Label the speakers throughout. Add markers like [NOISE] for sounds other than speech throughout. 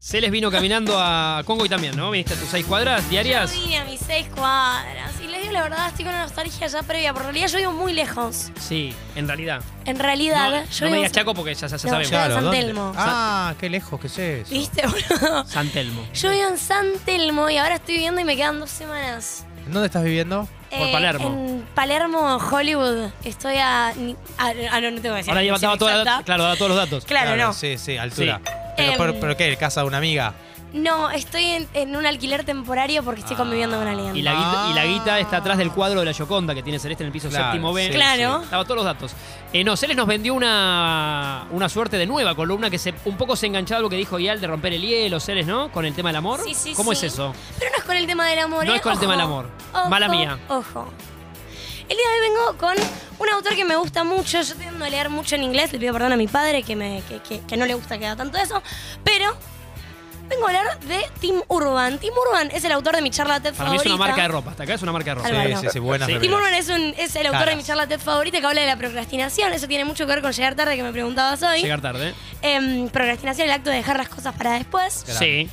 Speaker 1: Se les vino caminando a Congo y también, ¿no? Viniste a tus seis cuadras diarias.
Speaker 2: Yo vine a mis seis cuadras. Y les digo la verdad, estoy con una nostalgia ya previa. Por realidad, yo vivo muy lejos.
Speaker 1: Sí, en realidad.
Speaker 2: En
Speaker 1: no
Speaker 2: realidad, yo
Speaker 1: no
Speaker 2: vivo
Speaker 1: me digas
Speaker 2: en-
Speaker 1: Chaco porque ya, ya
Speaker 2: No,
Speaker 1: sabemos.
Speaker 2: yo- Claro, San
Speaker 3: ¿dónde?
Speaker 2: Telmo.
Speaker 3: Ah, qué lejos que es eso.
Speaker 2: ¿Viste, boludo?
Speaker 1: San Telmo.
Speaker 2: Yo vivo en San Telmo y ahora estoy viviendo y me quedan dos semanas. Eh,
Speaker 3: ¿En ¿Dónde estás viviendo?
Speaker 1: Por Palermo.
Speaker 2: En Palermo, Hollywood. Estoy a. ni- a- ah, no, no tengo que decir.
Speaker 1: Ahora llevaba
Speaker 2: la dirección
Speaker 1: toda la-
Speaker 2: exacta.
Speaker 1: claro, daba todos los datos.
Speaker 2: Claro, no.
Speaker 3: Sí, sí, altura.
Speaker 1: Sí.
Speaker 3: Pero,
Speaker 2: Em.
Speaker 3: por- ¿Pero qué? ¿El casa de una amiga?
Speaker 2: No, estoy en, en un alquiler temporario porque estoy conviviendo con alguien.
Speaker 1: Y la, guita, y la guita está atrás del cuadro de la Yoconda que tiene Celeste en el piso
Speaker 3: Claro,
Speaker 1: séptimo B.
Speaker 3: sí,
Speaker 2: Claro.
Speaker 1: Daba todos los datos. Eh, no, Celes nos vendió una, una suerte de nueva columna que se, un poco se enganchaba a lo que dijo Ial de romper el hielo, Celes, ¿no? Con el tema del amor.
Speaker 2: Sí, sí,
Speaker 1: ¿Cómo
Speaker 2: sí.
Speaker 1: es eso?
Speaker 2: Pero no es con el tema del amor.
Speaker 1: No
Speaker 2: ¿eh?
Speaker 1: es con el tema del amor. Mala mía.
Speaker 2: Ojo. El día de hoy vengo con un autor que me gusta mucho. Yo tiendo a leer mucho en inglés. Le pido perdón a mi padre que, me, que, que- que no le gusta que haga tanto eso. Pero vengo a hablar de Tim Urban. Tim Urban es el autor de mi charla TED
Speaker 1: Para mí es
Speaker 2: favorita.
Speaker 1: una marca de ropa. Hasta acá es una marca de ropa.
Speaker 2: Al Álvaro.
Speaker 3: Sí, sí, sí, buenas
Speaker 1: Sí.
Speaker 2: Tim
Speaker 3: remeras.
Speaker 2: Urban es, un- es el autor de mi
Speaker 3: Caras.
Speaker 2: charla TED favorita que habla de la procrastinación. Eso tiene mucho que ver con llegar tarde que me preguntabas hoy.
Speaker 1: Llegar tarde. ¿eh?
Speaker 2: Em, procrastinación, el acto de dejar las cosas para después.
Speaker 1: Sí.
Speaker 3: Grande.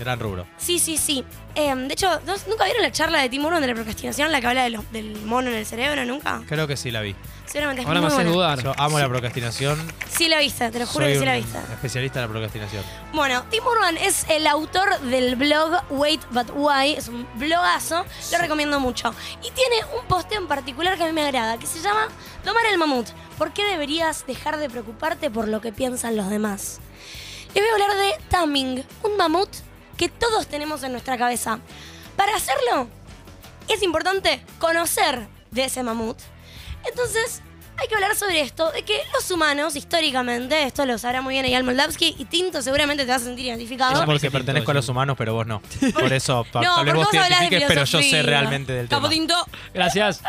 Speaker 3: Gran rubro.
Speaker 2: Sí, sí, sí. Em, de hecho, ¿no- ¿nunca vieron la charla de Tim Urban de la procrastinación, la que habla de los- del mono en el cerebro? ¿Nunca?
Speaker 3: Creo que sí la vi.
Speaker 2: Seguramente es
Speaker 1: Ahora me
Speaker 2: muy
Speaker 1: haces
Speaker 2: buena.
Speaker 1: dudar.
Speaker 3: Yo amo la procrastinación.
Speaker 2: Sí la viste, te lo juro
Speaker 3: Soy
Speaker 2: que sí la
Speaker 3: un
Speaker 2: viste. Ah,
Speaker 3: Especialista en la procrastinación.
Speaker 2: Bueno, Tim Urban es el autor del blog Wait But Why, es un blogazo, lo recomiendo mucho. Y tiene un posteo en particular que a mí me agrada, que se llama Tomar el mamut. ¿Por qué deberías dejar de preocuparte por lo que piensan los demás? Les voy a hablar de taming, un mamut que todos tenemos en nuestra cabeza. Para hacerlo, es importante conocer de ese mamut. Entonces, hay que hablar sobre esto, de que los humanos, históricamente, esto lo sabrá muy bien Eyal Moldavsky, y Tinto seguramente te vas a sentir
Speaker 1: Ella
Speaker 2: identificado.
Speaker 1: me dice
Speaker 3: Porque pertenezco
Speaker 1: tinto,
Speaker 3: a los
Speaker 1: sí.
Speaker 3: humanos, pero vos no.
Speaker 2: [LAUGHS]
Speaker 3: Por eso, pa- tal vez
Speaker 2: porque
Speaker 3: vos te
Speaker 2: vos hablás de
Speaker 3: identifiques, pero yo sé
Speaker 2: filosofía.
Speaker 3: realmente del
Speaker 2: Capo
Speaker 3: tema.
Speaker 2: Tinto.
Speaker 1: Gracias.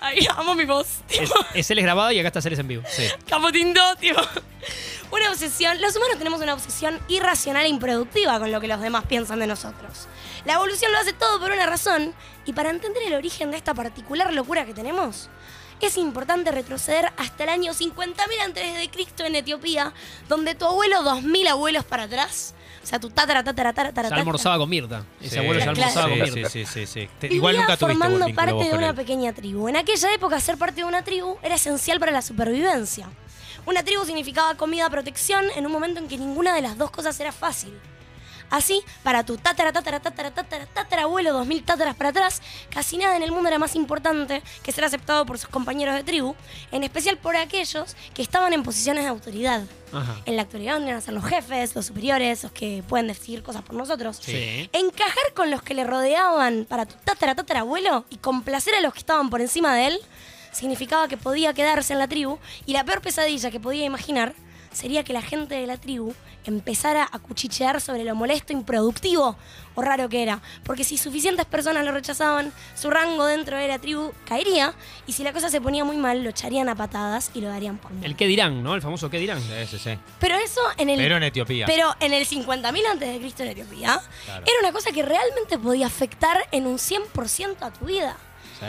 Speaker 2: Ay, amo mi voz.
Speaker 3: [LAUGHS]
Speaker 1: Es, es Celes grabada y acá está Celes en vivo.
Speaker 3: Sí.
Speaker 2: Capotindo, tipo. [LAUGHS] Una obsesión. Los humanos tenemos una obsesión irracional e improductiva con lo que los demás piensan de nosotros. La evolución lo hace todo por una razón, y para entender el origen de esta particular locura que tenemos, es importante retroceder hasta el año 50.000 antes de Cristo en Etiopía, donde tu abuelo, 2.000 abuelos para atrás, o sea, tu tatara, tatara, tatara,
Speaker 1: Se
Speaker 2: tatara,
Speaker 1: almorzaba con Mirta. Ese abuelo se
Speaker 2: Claro.
Speaker 1: almorzaba con
Speaker 3: Sí,
Speaker 1: Mirta.
Speaker 3: sí, sí, sí, sí. Te-
Speaker 2: Vivía
Speaker 3: Igual nunca tuviste
Speaker 2: formando
Speaker 3: buen vínculo
Speaker 2: parte
Speaker 3: vos
Speaker 2: de
Speaker 3: con
Speaker 2: una
Speaker 3: él.
Speaker 2: pequeña tribu. En aquella época, ser parte de una tribu era esencial para la supervivencia. Una tribu significaba comida, protección, en un momento en que ninguna de las dos cosas era fácil. Así, para tu tatara, tatara, tatara, tatara, tatara, abuelo, dos mil tátaras para atrás, casi nada en el mundo era más importante que ser aceptado por sus compañeros de tribu, en especial por aquellos que estaban en posiciones de autoridad.
Speaker 1: Ajá.
Speaker 2: En la actualidad van a ser los jefes, los superiores, los que pueden decidir cosas por nosotros.
Speaker 1: Sí.
Speaker 2: Encajar con los que le rodeaban para tu tatara tatarabuelo y complacer a los que estaban por encima de él significaba que podía quedarse en la tribu y la peor pesadilla que podía imaginar sería que la gente de la tribu empezara a cuchichear sobre lo molesto, improductivo o raro que era. Porque si suficientes personas lo rechazaban, su rango dentro de la tribu caería y si la cosa se ponía muy mal, lo echarían a patadas y lo darían por muerto.
Speaker 1: El qué dirán, ¿no? El famoso qué dirán.
Speaker 3: Sí, sí, sí.
Speaker 2: Pero eso en el...
Speaker 3: Pero en Etiopía.
Speaker 2: Pero en el 50.000 antes de Cristo en Etiopía,
Speaker 3: Claro.
Speaker 2: era una cosa que realmente podía afectar en un 100% a tu vida.
Speaker 3: Sí.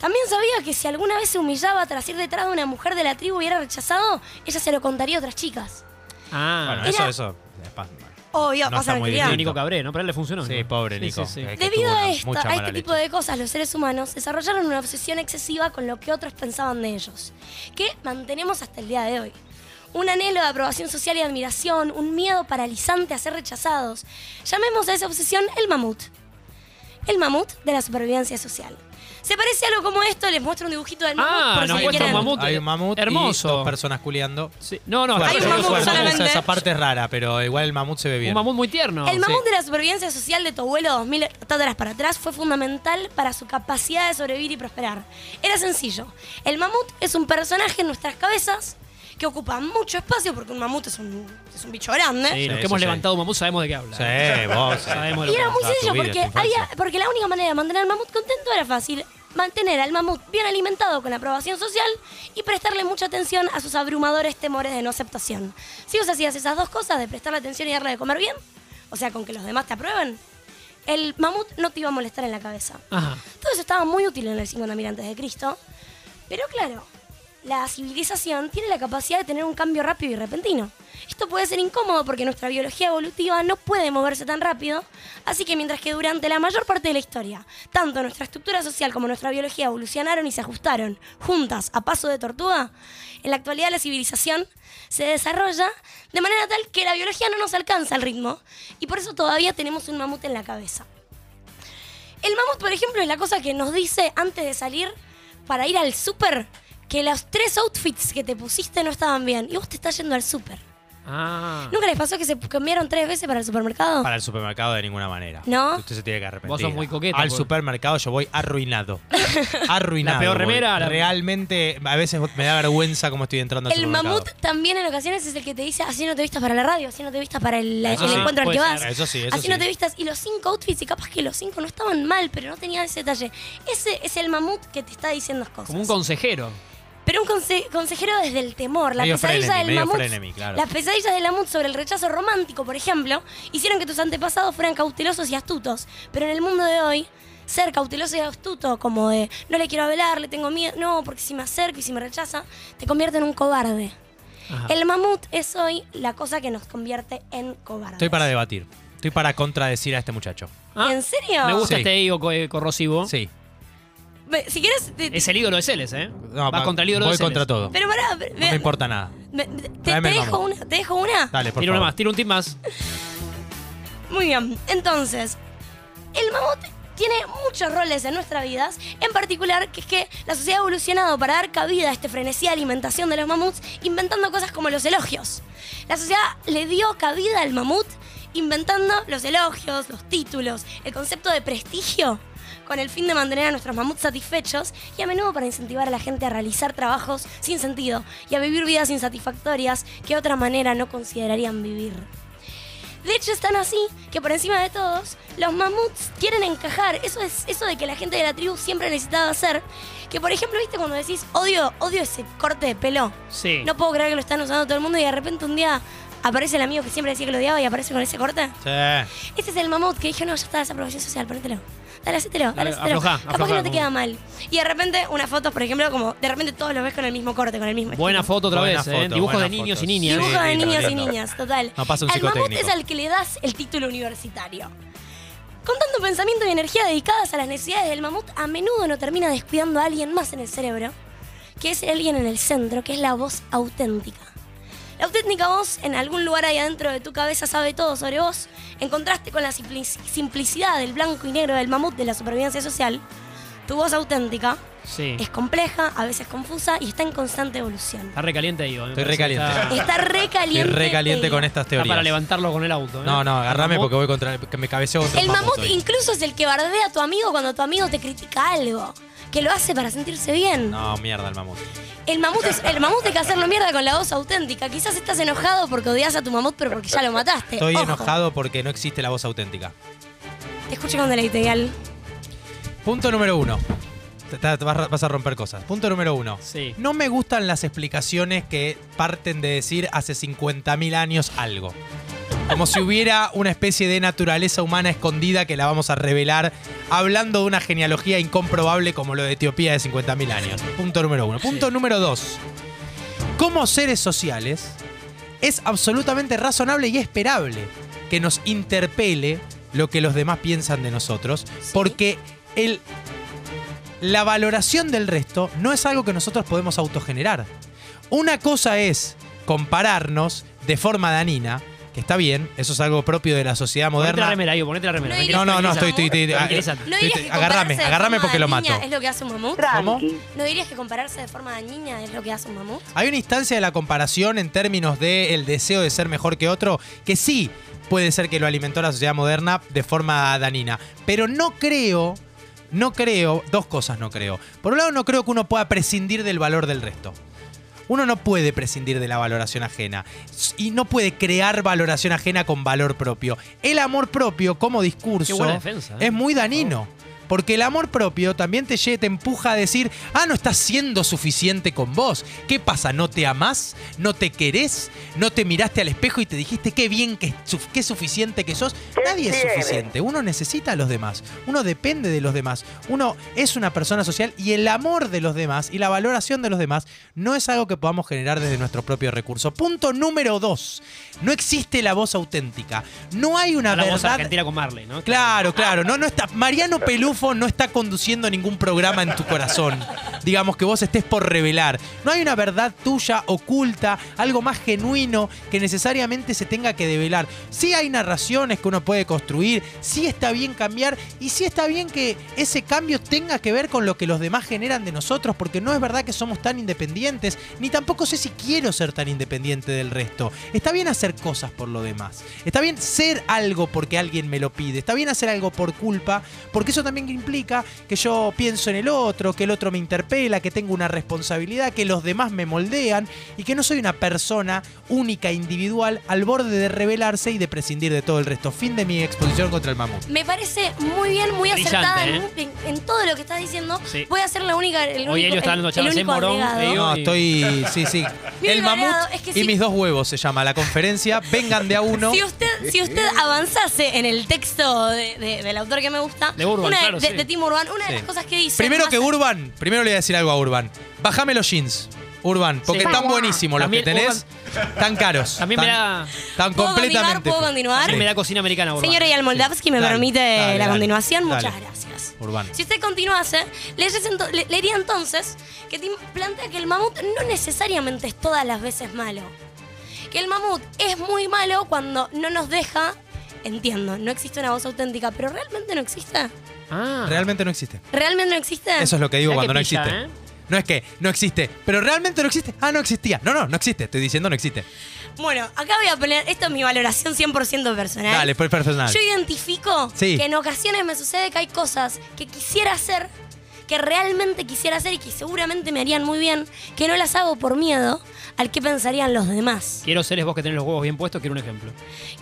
Speaker 2: También sabía que si alguna vez se humillaba tras ir detrás de una mujer de la tribu y era rechazado, ella se lo contaría a otras chicas.
Speaker 3: Bueno,
Speaker 1: Ah,
Speaker 2: Era-
Speaker 3: eso, eso. es pa-
Speaker 2: Obvio,
Speaker 3: No
Speaker 2: pasa
Speaker 3: está
Speaker 2: la
Speaker 3: muy
Speaker 2: realidad.
Speaker 1: el
Speaker 3: distinto.
Speaker 1: Nico Cabré, ¿no? Pero a él le funcionó.
Speaker 3: Sí,
Speaker 1: ¿no?
Speaker 3: pobre
Speaker 1: Sí,
Speaker 3: Nico. Eh,
Speaker 1: sí, sí.
Speaker 3: Es que
Speaker 2: Debido
Speaker 3: tuvo
Speaker 2: a
Speaker 3: una-
Speaker 2: esto,
Speaker 3: mucha
Speaker 2: a
Speaker 3: mala
Speaker 2: este tipo
Speaker 3: leche.
Speaker 2: de cosas, los seres humanos desarrollaron una obsesión excesiva con lo que otros pensaban de ellos, que mantenemos hasta el día de hoy. Un anhelo de aprobación social y admiración, un miedo paralizante a ser rechazados. Llamemos a esa obsesión el mamut. El mamut de la supervivencia social. Se parece a algo como esto, les muestro un dibujito del mamut.
Speaker 1: Ah,
Speaker 2: por
Speaker 1: nos
Speaker 2: si
Speaker 1: muestra
Speaker 2: quieren.
Speaker 1: un mamut.
Speaker 3: Hay un mamut
Speaker 1: Hermoso.
Speaker 3: y dos personas culiando.
Speaker 1: Sí. No, no,
Speaker 2: Hay
Speaker 3: Fuerte,
Speaker 2: un
Speaker 1: está-
Speaker 3: yo no
Speaker 2: mamut
Speaker 3: soy hermoso,
Speaker 2: solamente.
Speaker 3: Esa parte es rara, pero igual el mamut se ve bien.
Speaker 1: Un mamut muy tierno.
Speaker 2: El mamut
Speaker 3: sí.
Speaker 2: de la supervivencia social de tu abuelo 2000 tátaras para atrás fue fundamental para su capacidad de sobrevivir y prosperar. Era sencillo. El mamut es un personaje en nuestras cabezas que ocupa mucho espacio porque un mamut es un, es un bicho grande.
Speaker 1: Sí, los
Speaker 3: Sí,
Speaker 1: que hemos
Speaker 3: sí,
Speaker 1: levantado un mamut sabemos de qué habla.
Speaker 3: Sí, vos. sí.
Speaker 1: [LAUGHS] Sabemos lo
Speaker 2: Y
Speaker 1: que
Speaker 2: era muy
Speaker 3: Ah, tu
Speaker 2: sencillo
Speaker 3: vida, tu
Speaker 2: porque,
Speaker 3: infancia.
Speaker 2: había- porque la única manera de mantener al mamut contento era fácil. Mantener al mamut bien alimentado con aprobación social y prestarle mucha atención a sus abrumadores temores de no aceptación. Si vos hacías esas dos cosas, de prestarle atención y darle de comer bien, o sea, con que los demás te aprueben, el mamut no te iba a molestar en la cabeza.
Speaker 1: Ajá.
Speaker 2: Todo eso estaba muy útil en el 50.000 antes de Cristo. Pero claro, la civilización tiene la capacidad de tener un cambio rápido y repentino. Esto puede ser incómodo porque nuestra biología evolutiva no puede moverse tan rápido, así que mientras que durante la mayor parte de la historia, tanto nuestra estructura social como nuestra biología evolucionaron y se ajustaron juntas a paso de tortuga, en la actualidad la civilización se desarrolla de manera tal que la biología no nos alcanza al ritmo y por eso todavía tenemos un mamut en la cabeza. El mamut, por ejemplo, es la cosa que nos dice antes de salir para ir al súper que los tres outfits que te pusiste no estaban bien y vos te estás yendo al súper.
Speaker 1: Ah.
Speaker 2: ¿Nunca les pasó que se cambiaron tres veces para el supermercado?
Speaker 3: Para el supermercado de ninguna manera.
Speaker 2: No.
Speaker 3: Usted se tiene que arrepentir.
Speaker 1: Vos sos muy coqueta,
Speaker 3: Al
Speaker 1: porque-
Speaker 3: supermercado yo voy arruinado. arruinado.
Speaker 1: [LAUGHS] La peor
Speaker 3: voy.
Speaker 1: remera, la-
Speaker 3: Realmente a veces me da vergüenza cómo estoy entrando al
Speaker 2: El
Speaker 3: supermercado.
Speaker 2: mamut también en ocasiones es el que te dice así no te vistas para la radio, así no te vistas para el,
Speaker 1: Eso
Speaker 2: el
Speaker 1: sí,
Speaker 2: encuentro al
Speaker 1: puede
Speaker 2: que
Speaker 1: ser.
Speaker 2: vas.
Speaker 3: Eso sí, eso
Speaker 2: así
Speaker 3: sí.
Speaker 2: no te vistas. Y los cinco outfits, y capaz que los cinco no estaban mal, pero no tenían ese detalle. Ese es el mamut que te está diciendo las cosas.
Speaker 1: Como un consejero.
Speaker 2: Pero un conse- consejero desde el temor, la
Speaker 3: Medio
Speaker 2: pesadilla
Speaker 3: frenemy,
Speaker 2: del
Speaker 3: medio
Speaker 2: mamut.
Speaker 3: frenemy, claro.
Speaker 2: Las pesadillas del mamut sobre el rechazo romántico, por ejemplo, hicieron que tus antepasados fueran cautelosos y astutos. Pero en el mundo de hoy, ser cauteloso y astuto, como de no le quiero hablar, le tengo miedo, no, porque si me acerco y si me rechaza, te convierte en un cobarde.
Speaker 3: Ah.
Speaker 1: Ajá.
Speaker 2: El mamut es hoy la cosa que nos convierte en cobardes.
Speaker 3: Estoy para debatir. Estoy para contradecir a este muchacho.
Speaker 1: Ah,
Speaker 2: ¿En serio?
Speaker 1: Me gusta
Speaker 3: Sí.
Speaker 1: este hilo co- eh, corrosivo.
Speaker 3: Sí.
Speaker 2: Ve- Si quieres. te-
Speaker 1: Es el ídolo de Celes, ¿eh?
Speaker 3: No,
Speaker 1: Vas
Speaker 3: pa-
Speaker 1: contra el ídolo
Speaker 3: Voy
Speaker 1: de Celes.
Speaker 3: contra todo.
Speaker 2: Pero pará, ve-
Speaker 3: No me importa nada.
Speaker 2: ve- te- te,
Speaker 3: Tráeme el
Speaker 2: dejo
Speaker 3: mamut.
Speaker 2: una, te dejo una.
Speaker 3: Dale, por
Speaker 1: Tira una
Speaker 3: favor.
Speaker 1: más, tira un tip más.
Speaker 2: Muy bien, entonces, el mamut tiene muchos roles en nuestras vidas, en particular que es que la sociedad ha evolucionado para dar cabida a este frenesí de alimentación de los mamuts, inventando cosas como los elogios. La sociedad le dio cabida al mamut inventando los elogios, los títulos, el concepto de prestigio, con el fin de mantener a nuestros mamuts satisfechos y a menudo para incentivar a la gente a realizar trabajos sin sentido y a vivir vidas insatisfactorias que de otra manera no considerarían vivir. De hecho, están así que por encima de todos, los mamuts quieren encajar. Eso es eso de que la gente de la tribu siempre necesitaba hacer. Que por ejemplo, viste cuando decís odio, odio ese corte de pelo.
Speaker 1: Sí.
Speaker 2: No puedo creer que lo están usando todo el mundo y de repente un día aparece el amigo que siempre decía que lo odiaba y aparece con ese corte.
Speaker 3: Sí.
Speaker 2: Este es el mamut que dijo, no, ya está desaprobación social, ponételo. Dale, hacételo, dale,
Speaker 1: Dale,
Speaker 2: hacételo.
Speaker 1: aflojá,
Speaker 2: Capaz
Speaker 1: aflojá,
Speaker 2: que no te
Speaker 1: como-
Speaker 2: queda mal. Y de repente, unas fotos, por ejemplo, como de repente todos los ves con el mismo corte, con el mismo
Speaker 1: Buena
Speaker 2: estilo.
Speaker 1: foto otra
Speaker 3: Buena
Speaker 1: vez, ¿eh?
Speaker 3: foto,
Speaker 1: Dibujos de
Speaker 3: buena
Speaker 1: niños
Speaker 3: foto.
Speaker 1: y niñas.
Speaker 2: Dibujos de
Speaker 3: Sí,
Speaker 2: niños y
Speaker 3: lindo.
Speaker 2: niñas, total.
Speaker 3: No pasa un
Speaker 2: al mamut
Speaker 3: psicotécnico.
Speaker 2: es al que le das el título universitario. Con tanto pensamiento y energía dedicadas a las necesidades del mamut, a menudo no termina descuidando a alguien más en el cerebro, que es el alguien en el centro, que es la voz auténtica. La auténtica voz en algún lugar ahí adentro de tu cabeza sabe todo sobre vos, en contraste con la simplici- simplicidad del blanco y negro del mamut de la supervivencia social. Tu voz auténtica
Speaker 1: Sí.
Speaker 2: es compleja, a veces confusa y está en constante evolución.
Speaker 1: Está recaliente eh. ahí.
Speaker 3: Estoy recaliente.
Speaker 2: Está re
Speaker 3: Estoy
Speaker 2: caliente.
Speaker 3: re caliente con
Speaker 2: el-
Speaker 3: estas
Speaker 1: Está
Speaker 3: teorías.
Speaker 1: para levantarlo con el auto. ¿eh?
Speaker 3: No, no, agarrame
Speaker 1: El mamut-
Speaker 3: porque voy contra. que me cabeceo contra
Speaker 2: El mamut
Speaker 3: hoy.
Speaker 2: incluso es el que bardea a tu amigo cuando tu amigo te critica algo. Que lo hace para sentirse bien.
Speaker 3: No, mierda el mamut.
Speaker 2: El mamut es el mamut hay que hacerlo mierda con la voz auténtica. Quizás estás enojado porque odias a tu mamut, pero porque ya lo mataste.
Speaker 3: Estoy
Speaker 2: Ojo.
Speaker 3: enojado porque no existe la voz auténtica.
Speaker 2: Te escucho con deleite, Gal.
Speaker 3: Punto número uno. Te- te- te vas vas a romper cosas. Punto número uno.
Speaker 1: Sí.
Speaker 3: No me gustan las explicaciones que parten de decir hace 50.000 años algo. Como si hubiera una especie de naturaleza humana escondida que la vamos a revelar hablando de una genealogía incomprobable como lo de Etiopía de 50.000 años. Punto número uno. Punto número dos. Como seres sociales, es absolutamente razonable y esperable que nos interpele lo que los demás piensan de nosotros, porque el, la valoración del resto no es algo que nosotros podemos autogenerar. Una cosa es compararnos de forma danina, que está bien, eso es algo propio de la sociedad
Speaker 1: Ponete la
Speaker 3: moderna.
Speaker 1: remera, Ivo, ponete la remera.
Speaker 2: No
Speaker 1: Tranquila,
Speaker 3: No, no, no, estoy...
Speaker 1: tranquila.
Speaker 3: estoy, estoy- ah,
Speaker 1: Tranquilízate.
Speaker 2: ¿No dirías que
Speaker 3: agarrame,
Speaker 2: compararse de
Speaker 3: agarrame
Speaker 2: forma
Speaker 3: porque lo
Speaker 2: dañina
Speaker 3: mato.
Speaker 2: ¿Es lo que hace un mamut?
Speaker 3: ¿Cómo?
Speaker 2: ¿No dirías que compararse de forma dañina es lo que hace un mamut?
Speaker 3: Hay una instancia de la comparación en términos del el deseo de ser mejor que otro que sí puede ser que lo alimentó la sociedad moderna de forma danina. Pero no creo, no creo, dos cosas no creo. Por un lado, no creo que uno pueda prescindir del valor del resto. Uno no puede prescindir de la valoración ajena S- y no puede crear valoración ajena con valor propio. El amor propio como discurso
Speaker 1: Qué buena defensa, ¿eh?
Speaker 3: es muy danino. Porque el amor propio también te, lle- te empuja a decir, ah, no estás siendo suficiente con vos. ¿Qué pasa? ¿No te amás? ¿No te querés? ¿No te miraste al espejo y te dijiste qué bien, que, su- qué suficiente que sos?
Speaker 4: ¿Qué
Speaker 3: Nadie es
Speaker 4: tiene?
Speaker 3: suficiente. Uno necesita a los demás. Uno depende de los demás. Uno es una persona social y el amor de los demás y la valoración de los demás no es algo que podamos generar desde nuestro propio recurso. Punto número dos. No existe la voz auténtica. No hay una
Speaker 1: A la voz
Speaker 3: verdad
Speaker 1: argentina con Marley, ¿no?
Speaker 3: Claro, claro. No, no está, Mariano Pelufo no está conduciendo ningún programa en tu corazón. Digamos que vos estés por revelar. No hay una verdad tuya, oculta, algo más genuino que necesariamente se tenga que develar. Sí hay narraciones que uno puede construir, sí está bien cambiar y sí está bien que ese cambio tenga que ver con lo que los demás generan de nosotros, porque no es verdad que somos tan independientes, ni tampoco sé si quiero ser tan independiente del resto. Está bien hacer cosas por lo demás. Está bien ser algo porque alguien me lo pide. Está bien hacer algo por culpa, porque eso también implica que yo pienso en el otro, que el otro me interpela, que tengo una responsabilidad, que los demás me moldean y que no soy una persona única, individual, al borde de rebelarse y de prescindir de todo el resto. Fin de mi exposición contra el mamut.
Speaker 2: Me parece muy bien, muy
Speaker 1: Brillante,
Speaker 2: acertada en-
Speaker 1: ¿eh?
Speaker 2: en, en todo lo que estás diciendo.
Speaker 1: Sí.
Speaker 2: Voy a ser la única. El único,
Speaker 1: Hoy Elio está
Speaker 2: el-
Speaker 1: dando charlas
Speaker 2: el
Speaker 1: en
Speaker 2: único
Speaker 1: Morón,
Speaker 2: agregado.
Speaker 1: te digo.
Speaker 3: No, estoy. Sí, sí.
Speaker 2: Bien
Speaker 3: El mamut
Speaker 2: variado, es que
Speaker 3: y
Speaker 2: sí.
Speaker 3: mis dos huevos se llama la conferencia. Vengan de a uno.
Speaker 2: Si usted, si usted avanzase en el texto de- de- del autor que me gusta,
Speaker 1: De Urban,
Speaker 2: una,
Speaker 1: claro,
Speaker 2: de,
Speaker 1: sí.
Speaker 2: de Tim Urban, una de
Speaker 3: Sí.
Speaker 2: las cosas que dice.
Speaker 3: Primero
Speaker 2: más-
Speaker 3: que Urban, primero le voy a decir algo a Urban. Bájame los jeans, Urban, porque
Speaker 1: Sí.
Speaker 3: están
Speaker 1: Pará.
Speaker 3: buenísimos los que
Speaker 1: También
Speaker 3: tenés. Tan caros.
Speaker 1: También
Speaker 3: tan,
Speaker 1: me da-
Speaker 3: tan
Speaker 2: ¿Puedo continuar?
Speaker 3: completamente.
Speaker 2: ¿Puedo continuar?
Speaker 1: A mí me da cocina americana, Urbano.
Speaker 2: Señora Yalmoldavsky, me
Speaker 3: Dale,
Speaker 2: permite
Speaker 3: dale,
Speaker 2: la
Speaker 3: dale.
Speaker 2: continuación.
Speaker 3: Dale.
Speaker 2: Muchas gracias.
Speaker 3: Urban.
Speaker 2: Si usted continuase, leyese ento- le- leería entonces que Tim plantea que el mamut no necesariamente es todas las veces malo. Que el mamut es muy malo cuando no nos deja. Entiendo, no existe una voz auténtica, pero realmente no existe.
Speaker 1: Ah.
Speaker 3: Realmente no existe.
Speaker 2: ¿Realmente no existe?
Speaker 3: Eso es lo que digo
Speaker 1: Mirá
Speaker 3: cuando no
Speaker 1: que pilla,
Speaker 3: existe.
Speaker 1: ¿eh?
Speaker 3: No es que no existe, pero realmente no existe. Ah, no existía. No, no, no existe. Estoy diciendo no existe.
Speaker 2: Bueno, acá voy a poner, esta es mi valoración 100% personal.
Speaker 3: Dale, fue personal.
Speaker 2: ¿Eh? Yo identifico
Speaker 3: Sí.
Speaker 2: que en ocasiones me sucede que hay cosas que quisiera hacer, que realmente quisiera hacer y que seguramente me harían muy bien, que no las hago por miedo al que pensarían los demás.
Speaker 1: Quiero seres vos que tenés los huevos bien puestos, quiero un ejemplo.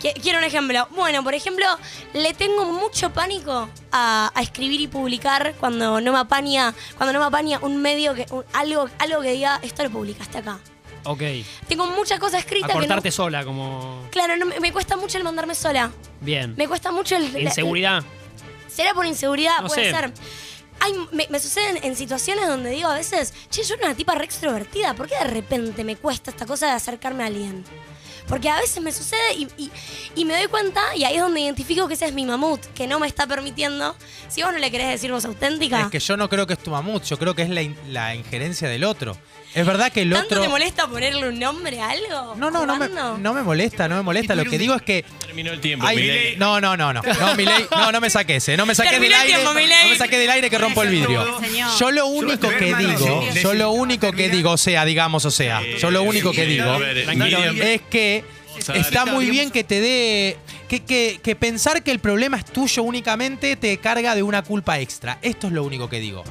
Speaker 2: Qui- Quiero un ejemplo. Bueno, por ejemplo, le tengo mucho pánico a, a escribir y publicar cuando no me apaña, cuando no me apaña un medio que un- algo, algo que diga, esto lo publicaste acá.
Speaker 1: Ok.
Speaker 2: Tengo mucha cosa escrita
Speaker 1: A cortarte
Speaker 2: que
Speaker 1: sola, como.
Speaker 2: no, Claro, no, me, me cuesta mucho el mandarme sola.
Speaker 1: Bien.
Speaker 2: Me cuesta mucho el la-
Speaker 1: Inseguridad.
Speaker 2: ¿Será por inseguridad?
Speaker 1: No
Speaker 2: Puede
Speaker 1: sé.
Speaker 2: ser. Ay, me, me suceden en situaciones donde digo a veces, che, yo era una tipa re extrovertida, ¿por qué de repente me cuesta esta cosa de acercarme a alguien? Porque a veces me sucede y, y- y me doy cuenta, y ahí es donde identifico que ese es mi mamut, que no me está permitiendo. Si vos no le querés decir vos auténtica,
Speaker 3: Es que yo no creo que es tu mamut, yo creo que es la, in- la injerencia del otro. Es verdad que el
Speaker 2: ¿tanto
Speaker 3: otro.
Speaker 2: te molesta ponerle un nombre a algo?
Speaker 3: No, no, no me,
Speaker 2: Jugando.
Speaker 3: no me molesta, no me molesta. Lo que digo es que.
Speaker 5: Terminó el tiempo,
Speaker 3: Ay,
Speaker 5: Milei.
Speaker 3: no, no, no, no. No, Milei, no, no me saques, eh. No me saques del
Speaker 2: Terminó el
Speaker 3: aire.
Speaker 2: tiempo, Milei.
Speaker 3: no me saques del aire que rompo el vidrio.
Speaker 6: Señor.
Speaker 3: Yo lo único que digo, yo lo único que digo, o sea, digamos, o sea, yo lo único que digo
Speaker 5: A ver,
Speaker 3: es que está muy bien que te dé. Que, que, que pensar que el problema es tuyo únicamente te carga de una culpa extra. Esto es lo único que digo.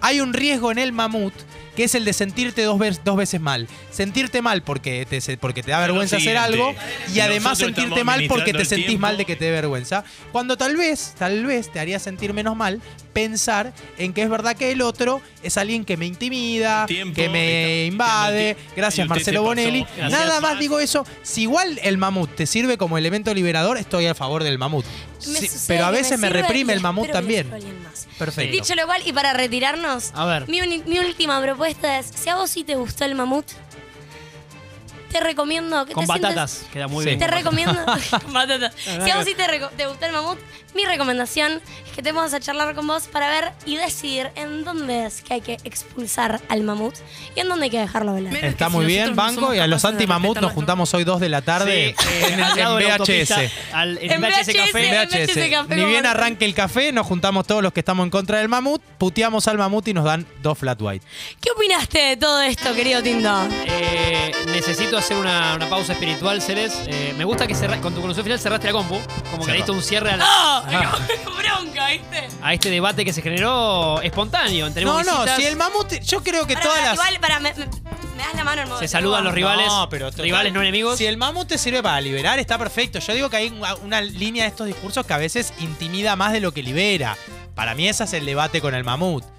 Speaker 3: Hay un riesgo en el mamut que es el de sentirte dos, ve- dos veces mal. Sentirte mal porque te, se- porque te da vergüenza hacer
Speaker 5: siguiente.
Speaker 3: algo y además
Speaker 5: Nosotros
Speaker 3: sentirte
Speaker 5: estamos
Speaker 3: mal porque te
Speaker 5: administrando el
Speaker 3: sentís
Speaker 5: tiempo.
Speaker 3: mal de que te dé vergüenza. Cuando tal vez, tal vez te haría sentir menos mal pensar en que es verdad que el otro es alguien que me intimida,
Speaker 5: El tiempo,
Speaker 3: que me
Speaker 5: estamos
Speaker 3: invade.
Speaker 5: metiendo el tie-
Speaker 3: Gracias
Speaker 5: y usted
Speaker 3: Marcelo
Speaker 5: se pasó.
Speaker 3: Bonelli.
Speaker 5: Gracias.
Speaker 3: Nada más digo eso. Si igual el mamut te sirve como elemento liberador, estoy a favor del mamut.
Speaker 2: Me
Speaker 3: Sí,
Speaker 2: sucede
Speaker 3: pero a
Speaker 2: que
Speaker 3: veces me
Speaker 2: sirve
Speaker 3: reprime
Speaker 2: y
Speaker 3: el mamut
Speaker 2: espero que le
Speaker 3: también.
Speaker 2: sirva a alguien más.
Speaker 3: Perfecto.
Speaker 2: Dicho lo cual, y para retirarnos,
Speaker 1: A ver.
Speaker 2: Mi, uni- mi última propuesta es, si a vos sí te gustó el mamut, te recomiendo que
Speaker 1: Con
Speaker 2: te sientes-
Speaker 1: batatas. Queda muy
Speaker 3: Sí.
Speaker 1: bien.
Speaker 2: Te
Speaker 1: [LAUGHS]
Speaker 2: recomiendo. [LAUGHS] Con batatas.
Speaker 1: Ah,
Speaker 2: Si a vos sí te, reco- te gustó el mamut, mi recomendación es que te vamos a charlar con vos para ver y decidir en dónde es que hay que expulsar al mamut y en dónde hay que dejarlo volar.
Speaker 6: Menos
Speaker 3: Está
Speaker 6: que
Speaker 3: muy
Speaker 6: si
Speaker 3: bien,
Speaker 6: nosotros no
Speaker 3: Banco.
Speaker 6: somos
Speaker 3: y a los
Speaker 6: capaces de
Speaker 3: anti-mamut
Speaker 6: respetar
Speaker 3: nos
Speaker 6: las
Speaker 3: juntamos hoy dos de la tarde
Speaker 1: Sí, eh,
Speaker 3: [LAUGHS] en,
Speaker 1: al lado de la
Speaker 3: el
Speaker 1: autopista,
Speaker 3: VHS.
Speaker 1: al- en
Speaker 2: En
Speaker 1: VHS Café.
Speaker 2: VHS.
Speaker 3: VHS.
Speaker 2: VHS café
Speaker 3: Ni
Speaker 2: con
Speaker 3: bien
Speaker 2: Martín.
Speaker 3: arranque el café, nos juntamos todos los que estamos en contra del mamut, puteamos al mamut y nos dan dos flat white.
Speaker 2: ¿Qué opinaste de todo esto, querido Tindo?
Speaker 1: Eh, necesito hacer una, una pausa espiritual, Ceres. Eh, me gusta que cerra- con tu conocimiento final cerraste la compu. Como que le diste un cierre al-
Speaker 2: [LAUGHS] ¡Ah! ¡Bronca, viste!
Speaker 1: a este debate que se generó espontáneo. Entre
Speaker 3: No, no,
Speaker 1: visitas,
Speaker 3: si el mamut, yo creo que
Speaker 2: Pará,
Speaker 3: todas
Speaker 2: pará,
Speaker 3: las.
Speaker 2: Igual, para, me, me- me das la mano, hermano.
Speaker 1: Se saludan los rivales.
Speaker 3: No, pero total-
Speaker 1: rivales no enemigos.
Speaker 3: Si el mamut te sirve para liberar, está perfecto. Yo digo que hay una- una línea de estos discursos que a veces intimida más de lo que libera. Para mí ese es el debate con el mamut.